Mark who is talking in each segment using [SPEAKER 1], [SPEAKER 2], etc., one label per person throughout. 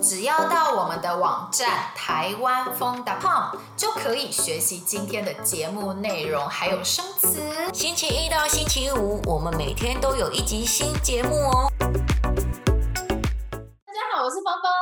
[SPEAKER 1] 只要到我们的网站台湾风 .com 就可以学习今天的节目内容，还有生词。
[SPEAKER 2] 星期一到星期五，我们每天都有一集新节目哦。
[SPEAKER 1] 大家好，我是芳芳。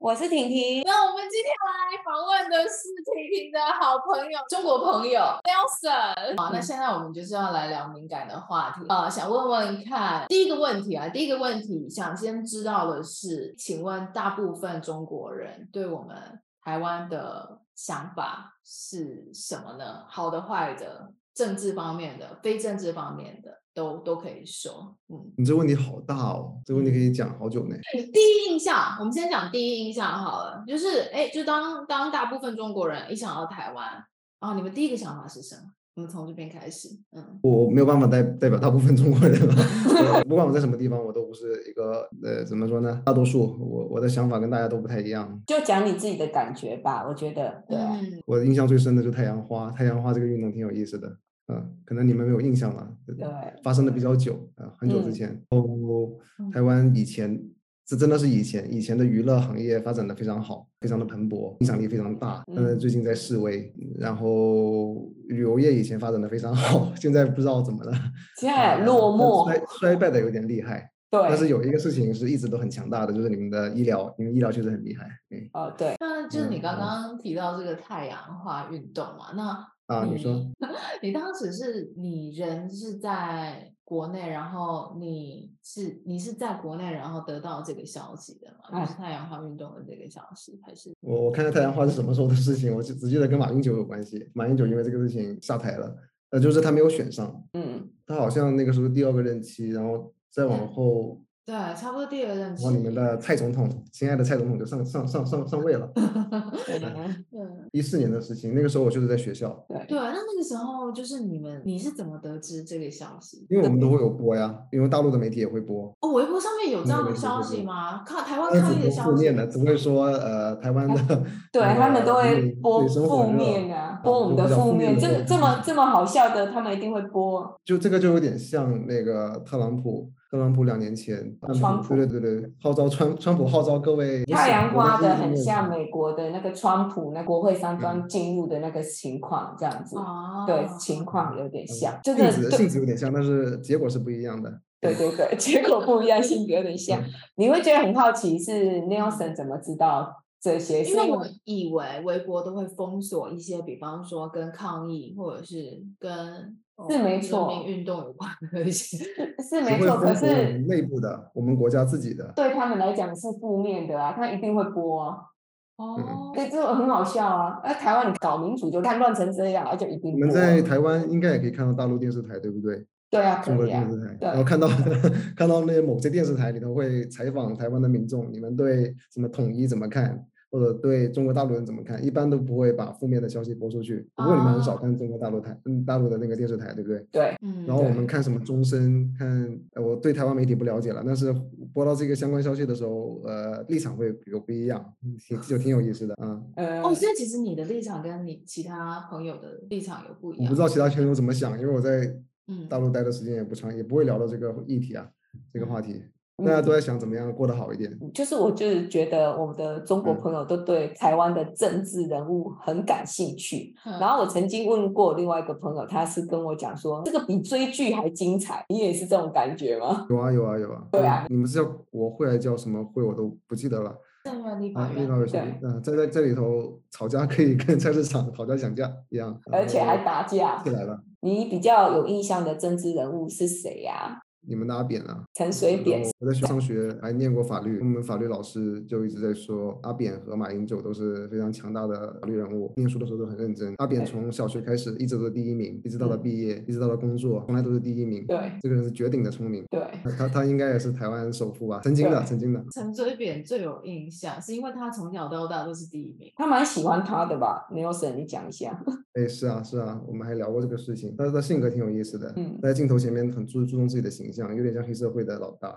[SPEAKER 2] 我是婷婷，
[SPEAKER 1] 那我们今天来访问的是婷婷的好朋友，中国朋友 Nelson。好，那现在我们就是要来聊敏感的话题啊、呃想问问看，第一个问题啊，第一个问题想先知道的是，请问大部分中国人对我们台湾的想法是什么呢？好的、坏的，政治方面的、非政治方面的，都都可以说。嗯，
[SPEAKER 3] 你这问题好大哦，这问题可以讲好久呢。
[SPEAKER 1] 第一印象，我们先讲第一印象好了，就是哎，就当当大部分中国人一想到台湾，然后你们第一个想法是什么？我们从这边开始，嗯，
[SPEAKER 3] 我没有办法代代表大部分中国人吧，呃 不管我在什么地方，我都不是一个呃，怎么说呢？大多数，我我的想法跟大家都不太一样。
[SPEAKER 4] 就讲你自己的感觉吧，我觉得对啊、
[SPEAKER 1] 嗯，
[SPEAKER 3] 我印象最深的就是太阳花，太阳花这个运动挺有意思的，嗯，可能你们没有印象了，
[SPEAKER 4] 对，
[SPEAKER 3] 发生的比较久啊、很久之
[SPEAKER 4] 嗯
[SPEAKER 3] 前。哦，台湾以前这真的是以前以前的娱乐行业发展的非常好，非常的蓬勃，影响力非常大。但是
[SPEAKER 4] 嗯
[SPEAKER 3] 最近在示威，然后旅游业以前发展的非常好， 现在不知道怎么了，啊
[SPEAKER 4] 现在落寞，
[SPEAKER 3] 衰衰败的有点厉害。但是
[SPEAKER 4] 对，
[SPEAKER 3] 有一个事情是一直都很强大的，就是你们的医疗，你们医疗确实很厉害。嗯
[SPEAKER 4] 哦对，
[SPEAKER 1] 那就是你刚
[SPEAKER 3] 嗯
[SPEAKER 1] 刚提到这个太阳花运动嘛，那
[SPEAKER 3] 啊，
[SPEAKER 4] 嗯
[SPEAKER 3] 你说，
[SPEAKER 1] 你 当时是你人是在国内，然后你是你是在国内，然后得到这个消息的嘛？
[SPEAKER 3] 哎
[SPEAKER 1] 就是太阳花运动的这个消息，还是
[SPEAKER 3] 我我看看太阳花是什么时候的事情，我就只记得跟马英九有关系。马英九因为这个事情下台了，呃，就是他没有选上，
[SPEAKER 4] 嗯，
[SPEAKER 3] 他好像那个时候第二个任期，然后再往后，
[SPEAKER 1] 对，差不多第二任
[SPEAKER 3] 然
[SPEAKER 1] 期。
[SPEAKER 3] 后你们的蔡总统，亲爱的蔡总统就上上上上上位了。
[SPEAKER 4] 嗯
[SPEAKER 1] 嗯，
[SPEAKER 3] 一四年的事情，那个时候我就是在学校，
[SPEAKER 1] 对，啊那那个时候就是你们，你是怎么得知这个消息？
[SPEAKER 3] 因为我们都会有播呀，因为大陆的媒体也会播。
[SPEAKER 1] 哦，微博上面有这
[SPEAKER 3] 那
[SPEAKER 1] 样
[SPEAKER 3] 个
[SPEAKER 1] 的
[SPEAKER 3] 是
[SPEAKER 1] 消
[SPEAKER 3] 就是
[SPEAKER 1] 息吗？看台湾
[SPEAKER 3] 但
[SPEAKER 1] 抗
[SPEAKER 3] 是
[SPEAKER 1] 议
[SPEAKER 3] 不
[SPEAKER 1] 的消
[SPEAKER 3] 负
[SPEAKER 1] 息
[SPEAKER 3] 面的，只会说呃台湾的，
[SPEAKER 4] 对他们都会
[SPEAKER 3] 嗯
[SPEAKER 4] 播负
[SPEAKER 3] 负
[SPEAKER 4] 面啊，播我们的
[SPEAKER 3] 比较
[SPEAKER 4] 负
[SPEAKER 3] 负面
[SPEAKER 4] 面，
[SPEAKER 3] 的
[SPEAKER 4] 这
[SPEAKER 3] 东
[SPEAKER 4] 个
[SPEAKER 3] 西
[SPEAKER 4] 这么这么好笑的，他们一定会播，
[SPEAKER 3] 就这个就有点像那个特朗普，特朗普两年前，嗯
[SPEAKER 4] 川普
[SPEAKER 3] 对对对对，号召川川普号召各位
[SPEAKER 4] 太阳花的很像
[SPEAKER 3] 像美。
[SPEAKER 4] 美国的那个川普那国会山
[SPEAKER 3] 嗯
[SPEAKER 4] 庄进入的那个情况这样子，
[SPEAKER 1] 哦，
[SPEAKER 4] 对，情况有点像，真
[SPEAKER 3] 嗯性
[SPEAKER 4] 的
[SPEAKER 3] 质
[SPEAKER 4] 对
[SPEAKER 3] 性质有点像，但是结果是不一样的。
[SPEAKER 4] 对对对， 结果不一样，性格有点
[SPEAKER 3] 嗯
[SPEAKER 4] 像，你会觉得很好奇是 Nelson 怎么知道这些，是
[SPEAKER 1] 因为我以为微博都会封锁一些，比方说跟抗议或者是跟呃
[SPEAKER 4] 是没
[SPEAKER 1] 人
[SPEAKER 4] 错
[SPEAKER 1] 民运动有关的一些。
[SPEAKER 4] 是
[SPEAKER 3] 只
[SPEAKER 4] 没
[SPEAKER 3] 会
[SPEAKER 4] 错，可
[SPEAKER 3] 分析
[SPEAKER 4] 是
[SPEAKER 3] 我们内部的，我们国家自己的。
[SPEAKER 4] 对他们来讲是负面的啊，他一定会播、啊。
[SPEAKER 3] 嗯
[SPEAKER 1] 哦，
[SPEAKER 4] 对，这个很好笑啊！那台湾你搞民主就看乱成这样，啊就一定
[SPEAKER 3] 你们
[SPEAKER 4] 播啊
[SPEAKER 3] 在台湾应该也可以看到大陆电视台，对不对？
[SPEAKER 4] 对啊，
[SPEAKER 3] 中国
[SPEAKER 4] 可以
[SPEAKER 3] 电
[SPEAKER 4] 啊，
[SPEAKER 3] 视台，
[SPEAKER 4] 对
[SPEAKER 3] 然后看到 看到那某些电视台里头会采访台湾的民众，你们对什么统一怎么看，或者对中国大陆人怎么看？一般都不会把负面的消息播出去。不过你们很
[SPEAKER 4] 哦
[SPEAKER 3] 少
[SPEAKER 1] 啊
[SPEAKER 3] 看中国大陆台，嗯，大陆的那个电视台，对不对？
[SPEAKER 4] 对，
[SPEAKER 1] 嗯，
[SPEAKER 3] 然后我
[SPEAKER 4] 对
[SPEAKER 3] 们看什么终身，看呃我对台湾媒体不了解了，但是播到这个相关消息的时候，呃，立场会有不一样，嗯挺就挺有意思的啊。
[SPEAKER 4] 呃，
[SPEAKER 1] 哦，所以其实你的立场跟你其他朋友的立场有不一
[SPEAKER 3] 我
[SPEAKER 1] 样。
[SPEAKER 3] 不知道其他群友怎么想，因为我在
[SPEAKER 1] 嗯，
[SPEAKER 3] 大陆待的时间也不长，也不会聊到这个议题啊，这个话题，大家
[SPEAKER 4] 嗯
[SPEAKER 3] 都在想怎么样过得好一点。
[SPEAKER 4] 就是我就是觉得我们的中国
[SPEAKER 3] 嗯
[SPEAKER 4] 朋友都对台湾的政治人物很感兴趣。
[SPEAKER 1] 嗯
[SPEAKER 4] 然后我曾经问过另外一个朋友，他是跟我讲说，这个比追剧还精彩。你也是这种感觉吗？
[SPEAKER 3] 有啊有啊有啊，
[SPEAKER 4] 对啊，
[SPEAKER 3] 你们是叫国会还是叫什么会，我都不记得了
[SPEAKER 1] 现在立
[SPEAKER 3] 啊
[SPEAKER 1] 法。
[SPEAKER 3] 立
[SPEAKER 1] 院
[SPEAKER 3] 法委
[SPEAKER 4] 对，
[SPEAKER 3] 员嗯，在在这里头吵架可以跟菜市场讨价讲价一样，
[SPEAKER 4] 而且还打
[SPEAKER 3] 打
[SPEAKER 4] 架
[SPEAKER 3] 起。来了，
[SPEAKER 4] 你比较有印象的政治人物是谁呀、
[SPEAKER 3] 你们拿扁啊。
[SPEAKER 4] 陈水扁
[SPEAKER 3] 然后我在学上学还念过法律，我们法律老师就一直在说，阿扁和马英九都是非常强大的法律人物，念书的时候都很认真。阿扁
[SPEAKER 4] 对
[SPEAKER 3] 从小学开始一直都是第一名，一直到了
[SPEAKER 4] 嗯
[SPEAKER 3] 毕业，一直到了工作，从来都是第一名。
[SPEAKER 4] 对
[SPEAKER 3] 这个人是绝顶的聪明，
[SPEAKER 4] 对，
[SPEAKER 3] 他他他应该也是台湾首富吧？曾经的，
[SPEAKER 4] 对
[SPEAKER 3] 曾经的。
[SPEAKER 1] 陈水扁最有印象，是因为他从小到大都是第一 名。
[SPEAKER 4] 他蛮喜欢他的吧？Nelson，你讲一下。
[SPEAKER 3] 哎，是啊，是啊，我们还聊过这个事情。但是他性格挺有意思的，
[SPEAKER 4] 嗯
[SPEAKER 3] 在镜头前面很注注重自己的形象，有点像黑社会的老大。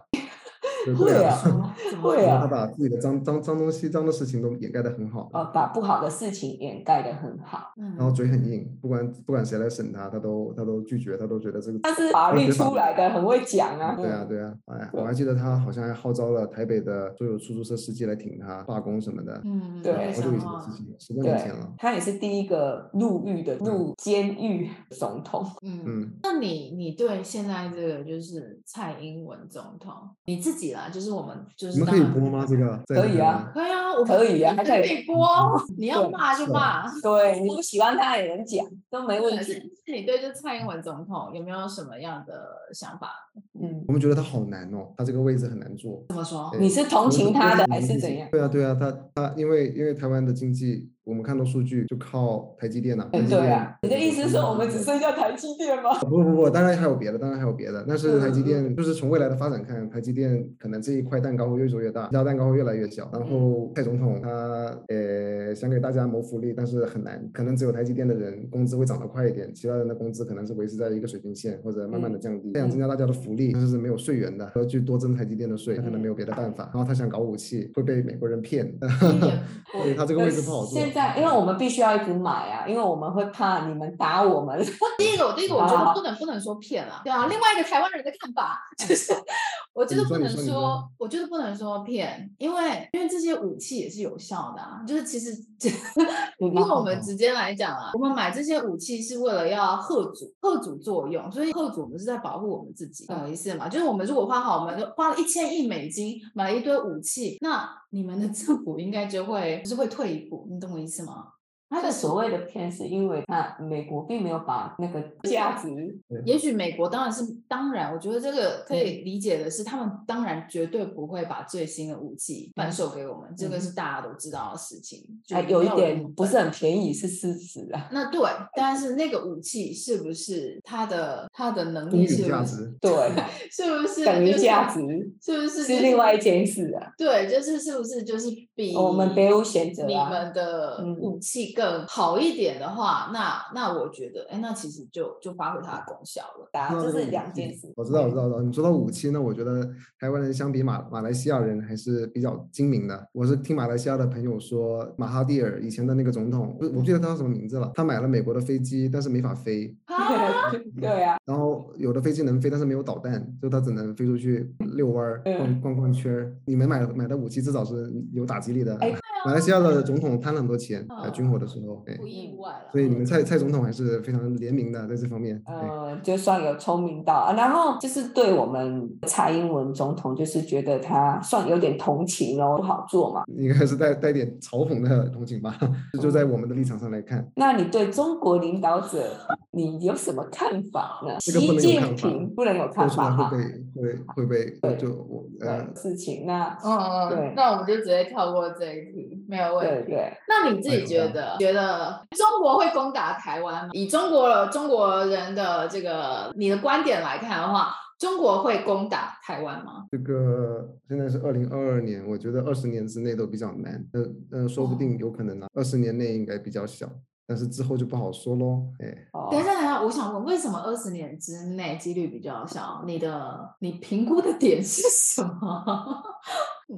[SPEAKER 3] 对
[SPEAKER 4] 会
[SPEAKER 3] 对
[SPEAKER 4] 啊
[SPEAKER 3] 啊，，
[SPEAKER 1] 哦
[SPEAKER 4] 会
[SPEAKER 3] 他
[SPEAKER 4] 啊。
[SPEAKER 3] 把自己的脏脏脏东西、脏的事情都掩盖得很好，
[SPEAKER 4] 哦，把不好的事情掩盖的很好，
[SPEAKER 1] 嗯
[SPEAKER 3] 然后嘴很硬，不管不管谁来审他，他都他都拒绝，他都觉得这个。
[SPEAKER 4] 他是法律出来的，很会讲啊。
[SPEAKER 3] 对啊，对啊，哎，我还记得他好像还号召了台北的所有出租车司机来挺他罢工什么的，
[SPEAKER 1] 嗯，
[SPEAKER 4] 对
[SPEAKER 1] 没
[SPEAKER 3] 好久
[SPEAKER 1] 想
[SPEAKER 3] 以前的
[SPEAKER 1] 到
[SPEAKER 3] 事
[SPEAKER 4] 啊
[SPEAKER 3] 情，十多年前
[SPEAKER 4] 对
[SPEAKER 3] 了，，
[SPEAKER 4] 他也是第一个入狱的入监狱总统。
[SPEAKER 1] 嗯，
[SPEAKER 3] 嗯。
[SPEAKER 1] 那你你对现在这个就是蔡英文总统你自己啦，就是我们就
[SPEAKER 3] 你
[SPEAKER 1] 是
[SPEAKER 3] 们可以
[SPEAKER 1] 当然
[SPEAKER 3] 播吗？这个在
[SPEAKER 4] 可以
[SPEAKER 3] 台
[SPEAKER 4] 啊
[SPEAKER 3] 湾
[SPEAKER 1] 可以啊，我
[SPEAKER 4] 可以啊
[SPEAKER 1] 们
[SPEAKER 4] 还可以
[SPEAKER 1] 以播，你要
[SPEAKER 4] 对
[SPEAKER 1] 骂就是
[SPEAKER 3] 啊
[SPEAKER 1] 骂。
[SPEAKER 4] 对，你不喜欢他也能讲，都没问
[SPEAKER 1] 对是
[SPEAKER 4] 题。
[SPEAKER 1] 是你对这蔡英文总统有没有什么样的想法？
[SPEAKER 4] 嗯，
[SPEAKER 3] 我们觉得他好难哦，他这个位置很难做。
[SPEAKER 1] 怎么说？
[SPEAKER 3] 对
[SPEAKER 4] 你是同情他的还是怎样？
[SPEAKER 3] 对啊，对啊，他他因为因为台湾的经济，我们看到数据就靠台积电呐、台积
[SPEAKER 4] 对
[SPEAKER 3] 电
[SPEAKER 4] 啊，你的意思是我们只剩下台积电吗？
[SPEAKER 3] 啊不不不，当然还有别的，当然还有别的。但是台
[SPEAKER 4] 嗯
[SPEAKER 3] 积
[SPEAKER 4] 嗯
[SPEAKER 3] 电就是从未来的发展看，台积电可能这一块蛋糕会越做越大，其他蛋糕会越来越小。
[SPEAKER 4] 嗯
[SPEAKER 3] 然后蔡总统他呃想给大家谋福利，但是很难，可能只有台积电的人工资会涨得快一点，其他人的工资可能是维持在一个水平线或者
[SPEAKER 4] 嗯
[SPEAKER 3] 慢慢的降低。他想增加大家的福利，但是是没有税源的，要去多征台积电的税，他可能没有别的办法。然后他想搞武器，会被美国人骗， 所以他这个位置不好做。
[SPEAKER 4] 嗯现在，因为我们必须要一直买啊，因为我们会怕你们打我们。
[SPEAKER 1] 第一个，我第一个我觉
[SPEAKER 4] 好好
[SPEAKER 3] 啊
[SPEAKER 1] 得不能不能说骗了，对啊。另外一个台湾人的看 法就是，我觉得
[SPEAKER 3] 嗯你
[SPEAKER 1] 不
[SPEAKER 3] 说
[SPEAKER 1] 能
[SPEAKER 3] 你说你
[SPEAKER 1] 说
[SPEAKER 3] 说，
[SPEAKER 1] 我觉得不能说骗，因为因为这些武器也是有效的啊。就是其实，
[SPEAKER 4] 你
[SPEAKER 1] 因为我们直接来讲啊，我们买这些武器是为了要贺主贺主作用，所以贺主我们是在保护我们自己，懂我意思吗？就是我们如果花好，我们花了一千亿美金买了一堆武器，那你们的 政府应该就会就是会退一步，你懂我意思吗？
[SPEAKER 4] 他的所谓的骗，是因为他美国并没有把那个价值，
[SPEAKER 1] 也许美国当然是当然，我觉得这个可以理解的是，他们当然绝对不会把最新的武器贩售给我们，这个是大家都知道的事情。就
[SPEAKER 4] 嗯哎，有一
[SPEAKER 1] 没人
[SPEAKER 4] 点不
[SPEAKER 1] 会
[SPEAKER 4] 是很便宜，是事实啊。
[SPEAKER 1] 那对，但是那个武器是不是它的它的能
[SPEAKER 3] 公
[SPEAKER 1] 力
[SPEAKER 3] 允
[SPEAKER 1] 是
[SPEAKER 3] 价
[SPEAKER 1] 不是
[SPEAKER 3] 值，
[SPEAKER 4] 对，
[SPEAKER 1] 是 不是
[SPEAKER 4] 等于
[SPEAKER 1] 就是
[SPEAKER 4] 价值
[SPEAKER 1] 是不是就是
[SPEAKER 4] 另外一件事啊。
[SPEAKER 1] 对，就是是不是就是比
[SPEAKER 4] 我们别无选择
[SPEAKER 1] 你
[SPEAKER 4] 啊。
[SPEAKER 1] 们的
[SPEAKER 4] 嗯
[SPEAKER 1] 武器更好一点的话，那那我觉得，哎，那其实就就发挥它的功效了。
[SPEAKER 4] 啊，
[SPEAKER 3] 说到
[SPEAKER 4] 这
[SPEAKER 3] 个
[SPEAKER 4] 是
[SPEAKER 3] 武
[SPEAKER 4] 两
[SPEAKER 3] 器
[SPEAKER 4] 件事。
[SPEAKER 3] 嗯
[SPEAKER 4] 嗯
[SPEAKER 3] 我知道，我知道，我知道。你说到武器呢，我觉得台湾人相比马马来西亚人还是比较精明的。我是听马来西亚的朋友说，马哈蒂尔以前的那个总统，我我不记得他叫什么名字了，他买了美国的飞机，但是没法飞。
[SPEAKER 1] 啊
[SPEAKER 4] 对啊，
[SPEAKER 3] 然后有的飞机能飞，但是没有导弹，就它只能飞出去遛弯儿、逛逛逛圈儿。你们买买的武器至少是有打击力的
[SPEAKER 4] 哎。嗯
[SPEAKER 3] 马来西亚的总统贪了很多钱，呃，军火的时候，哎
[SPEAKER 1] 不意外了。
[SPEAKER 3] 所以你们蔡蔡总统还是非常联名的在这方面。哎
[SPEAKER 4] 呃，就算有聪明到啊，然后就是对我们蔡英文总统，就是觉得他算有点同情哦，不好做嘛。
[SPEAKER 3] 应该是带带点嘲讽的同情吧，就
[SPEAKER 4] 嗯
[SPEAKER 3] 在我们的立场上来看，
[SPEAKER 4] 那你对中国领导者，你有什么看法呢？
[SPEAKER 3] 这个
[SPEAKER 4] 习
[SPEAKER 3] 不能有
[SPEAKER 4] 近
[SPEAKER 3] 看法
[SPEAKER 4] 平不能有看
[SPEAKER 3] 说出
[SPEAKER 4] 法
[SPEAKER 3] 来
[SPEAKER 4] 哈
[SPEAKER 3] 会，被会会被
[SPEAKER 4] 对
[SPEAKER 3] 就我呃
[SPEAKER 4] 对事情。那
[SPEAKER 1] 嗯嗯，
[SPEAKER 4] 对
[SPEAKER 1] 嗯，那我们就直接跳过这一题，没有问
[SPEAKER 4] 对
[SPEAKER 1] 题。
[SPEAKER 4] 对，
[SPEAKER 1] 那你自己觉得，觉得中国会攻打台湾吗？以中国中国人的这个你的观点来看的话，中国会攻打台湾吗？
[SPEAKER 3] 这个现在是二零二二年，我觉得二十年之内都比较难，呃呃，说不
[SPEAKER 4] 哦
[SPEAKER 3] 定有可能啊，二十年内应该比较小，但是之后就不好说喽。哎，
[SPEAKER 4] 哦
[SPEAKER 1] 等一下，等一下，我想问，为什么二十年之内几率比较小？你的你评估的点是什么？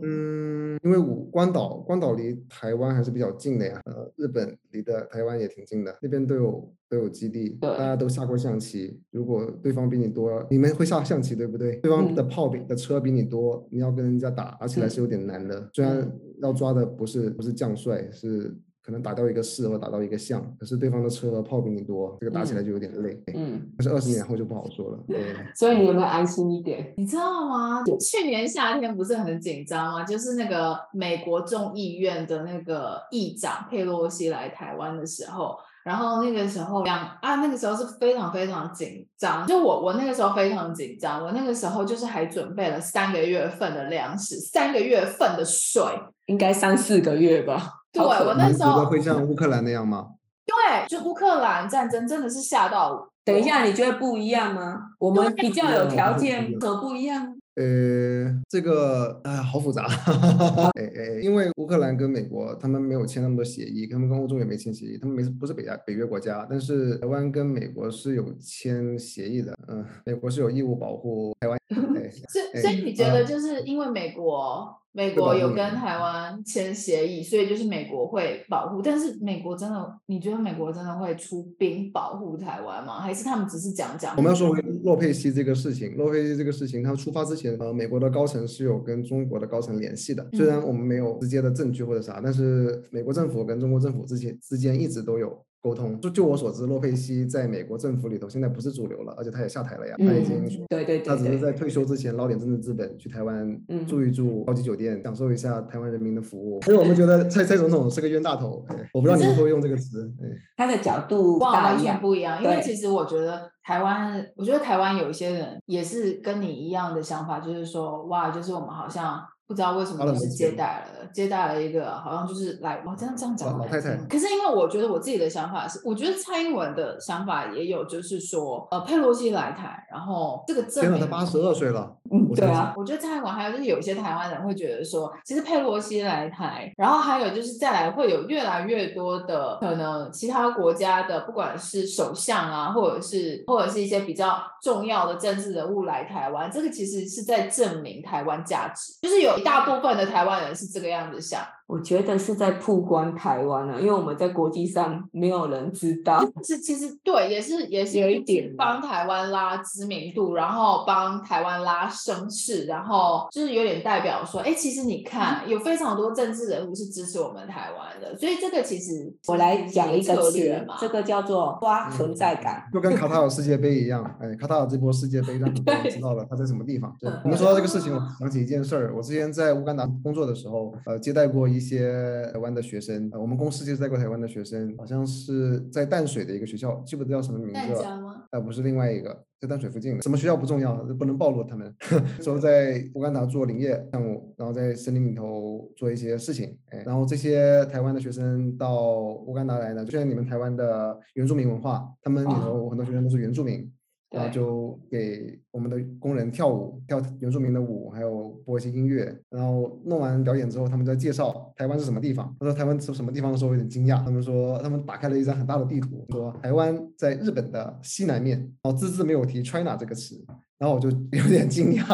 [SPEAKER 3] 嗯，因为我关岛关岛离台湾还是比较近的呀，呃，日本离的台湾也挺近的，那边都有都有基地，
[SPEAKER 4] 对
[SPEAKER 3] 大家都下过象棋。如果对方比你多，你们会下象棋对不对？对方的
[SPEAKER 4] 嗯
[SPEAKER 3] 炮比的车比你多，你要跟人家打，打起来是有点难的。虽然要抓的不是不是将帅，是可能打到一个市或打到一个巷，可是对方的车和炮比你多，这个打起来就有点累。
[SPEAKER 4] 嗯，
[SPEAKER 3] 但是二十年后就不好说了。对
[SPEAKER 4] 所以你有没有安心一点？
[SPEAKER 1] 你知道吗？去年夏天不是很紧张吗？就是那个美国众议院的那个议长佩洛西来台湾的时候，然后那个时候两啊，那个时候是非常非常紧张。就我我那个时候非常紧张，我那个时候就是还准备了三个月份的粮食，三个月份的水。
[SPEAKER 4] 应该三四个月 吧。
[SPEAKER 1] 对
[SPEAKER 4] 好可
[SPEAKER 1] 我
[SPEAKER 3] 你
[SPEAKER 1] 那
[SPEAKER 3] 们
[SPEAKER 1] 时
[SPEAKER 3] 觉得
[SPEAKER 1] 候
[SPEAKER 3] 会像乌克兰那样吗？
[SPEAKER 1] 对，哎就乌克兰战争真的是吓到我。
[SPEAKER 4] 等一下，你觉得不一样吗？我们比较有条件，
[SPEAKER 3] 对
[SPEAKER 4] 可不一样。
[SPEAKER 3] 呃，这个哎，好复杂， 哎哎，因为乌克兰跟美国他们没有签那么多协议，他们跟欧洲也没签协议，他们没不是北亚北约国家，但是台湾跟美国是有签协议的，嗯、美国是有义务保护台湾，哎，
[SPEAKER 1] 所以所以你觉
[SPEAKER 3] 呃
[SPEAKER 1] 得就是因为美国，美
[SPEAKER 3] 会保
[SPEAKER 1] 国有
[SPEAKER 3] 护
[SPEAKER 1] 跟
[SPEAKER 3] 你
[SPEAKER 1] 台湾签协议，所以就是美国会保护，但是美国真的，你觉得美国真的会出兵保护台湾吗？还是他们只是讲讲？
[SPEAKER 3] 我们要说回洛佩西这个事情，洛佩西这个事情，他出发之前，呃，美国的高层是有跟中国的高层联系的，虽然
[SPEAKER 4] 嗯
[SPEAKER 3] 我们没有直接的证据或者啥，但是美国政府跟中国政府之前之间一直都有。沟通，就就我所知，洛佩西在美国政府里头现在不是主流了，而且他也下台了呀，他已经
[SPEAKER 4] 嗯，对对
[SPEAKER 3] 他
[SPEAKER 4] 对
[SPEAKER 3] 只是
[SPEAKER 4] 对，
[SPEAKER 3] 在退休之前捞点政治资本，去台湾
[SPEAKER 4] 嗯
[SPEAKER 3] 住一住高级酒店，享受一下台湾人民的服务。哎所以我们觉得蔡蔡总统是个冤大头，哎，我不知道你
[SPEAKER 4] 啊
[SPEAKER 3] 们会不会用这个词，哎，
[SPEAKER 4] 他的角度不
[SPEAKER 1] 哇，
[SPEAKER 4] 大
[SPEAKER 1] 完
[SPEAKER 4] 一
[SPEAKER 1] 全
[SPEAKER 4] 样。
[SPEAKER 1] 不一样。因为
[SPEAKER 4] 对
[SPEAKER 1] 其实我觉得台湾，我觉得台湾有一些人也是跟你一样的想法，就是说，哇，就是我们好像不知道为什么
[SPEAKER 3] 花了
[SPEAKER 1] 就是
[SPEAKER 3] 很久
[SPEAKER 1] 接待了，接待了一个好像就是来，我这样这样讲
[SPEAKER 3] 老
[SPEAKER 1] 好
[SPEAKER 3] 老
[SPEAKER 1] 难
[SPEAKER 3] 太太
[SPEAKER 1] 听可是因为我觉得我自己的想法是，我觉得蔡英文的想法也有，就是说，呃，佩洛西来台，然后这个
[SPEAKER 3] 天
[SPEAKER 4] 啊
[SPEAKER 1] 证
[SPEAKER 3] 哪，
[SPEAKER 1] 明
[SPEAKER 3] 他八十二岁了，
[SPEAKER 4] 嗯，
[SPEAKER 3] 我
[SPEAKER 4] 对
[SPEAKER 3] 相
[SPEAKER 4] 啊，
[SPEAKER 1] 我觉得蔡英文还有就是有一些台湾人会觉得说，其实佩洛西来台，然后还有就是再来会有越来越多的可能其他国家的，不管是首相啊，或者是或者是一些比较重要的政治人物来台湾，这个其实是在证明台湾价值，就是有一大部分的台湾人是这个样子想，
[SPEAKER 4] 我觉得是在曝光台湾啊，因为我们在国际上没有人知 道。
[SPEAKER 1] 但是其实对，也是也是
[SPEAKER 4] 有一
[SPEAKER 1] 就是
[SPEAKER 4] 点
[SPEAKER 1] 帮台湾拉知名度，然后帮台湾拉声势，然后就是有点代表说，哎，其实你看，有非常多政治人物是支持我们台湾的，所以这个其实
[SPEAKER 4] 我来讲一个
[SPEAKER 1] 策略
[SPEAKER 4] 词
[SPEAKER 1] 嘛，，
[SPEAKER 4] 这个叫做抓
[SPEAKER 3] 嗯
[SPEAKER 4] 存在感。
[SPEAKER 3] 就跟卡塔尔世界杯一样，哎，卡塔尔这波世界杯让很多人
[SPEAKER 4] 对
[SPEAKER 3] 知道了它在什么地方。对
[SPEAKER 4] 嗯，
[SPEAKER 3] 你们说到这个事情，我想起一件事儿。我之前在乌干达工作的时候，呃，接待过一些台湾的学生，呃我们公司接待过台湾的学生，好像是在淡水的一个学校，记不得叫什么名字
[SPEAKER 1] 淡
[SPEAKER 3] 了，
[SPEAKER 1] 江吗？
[SPEAKER 3] 呃，不是另外一个，在淡水附近的，什么学校不重要，不能暴露他们。 说在乌干达做林业项目，然后在森林里头做一些事情，哎，然后这些台湾的学生到乌干达来呢，就像你们台湾的原住民文化，他们里头很多学生都是原住民，然后
[SPEAKER 4] 对
[SPEAKER 3] 就给我们的工人跳舞，跳原住民的舞，还有播一些音乐。然后弄完表演之后，他们在介绍台湾是什么地方。他说台湾是什么地方的时候，我有点惊讶。他们说他们打开了一张很大的地图，说台湾在日本的西南面，然后字字没有提 China 这个词，然后我就 有点惊 讶。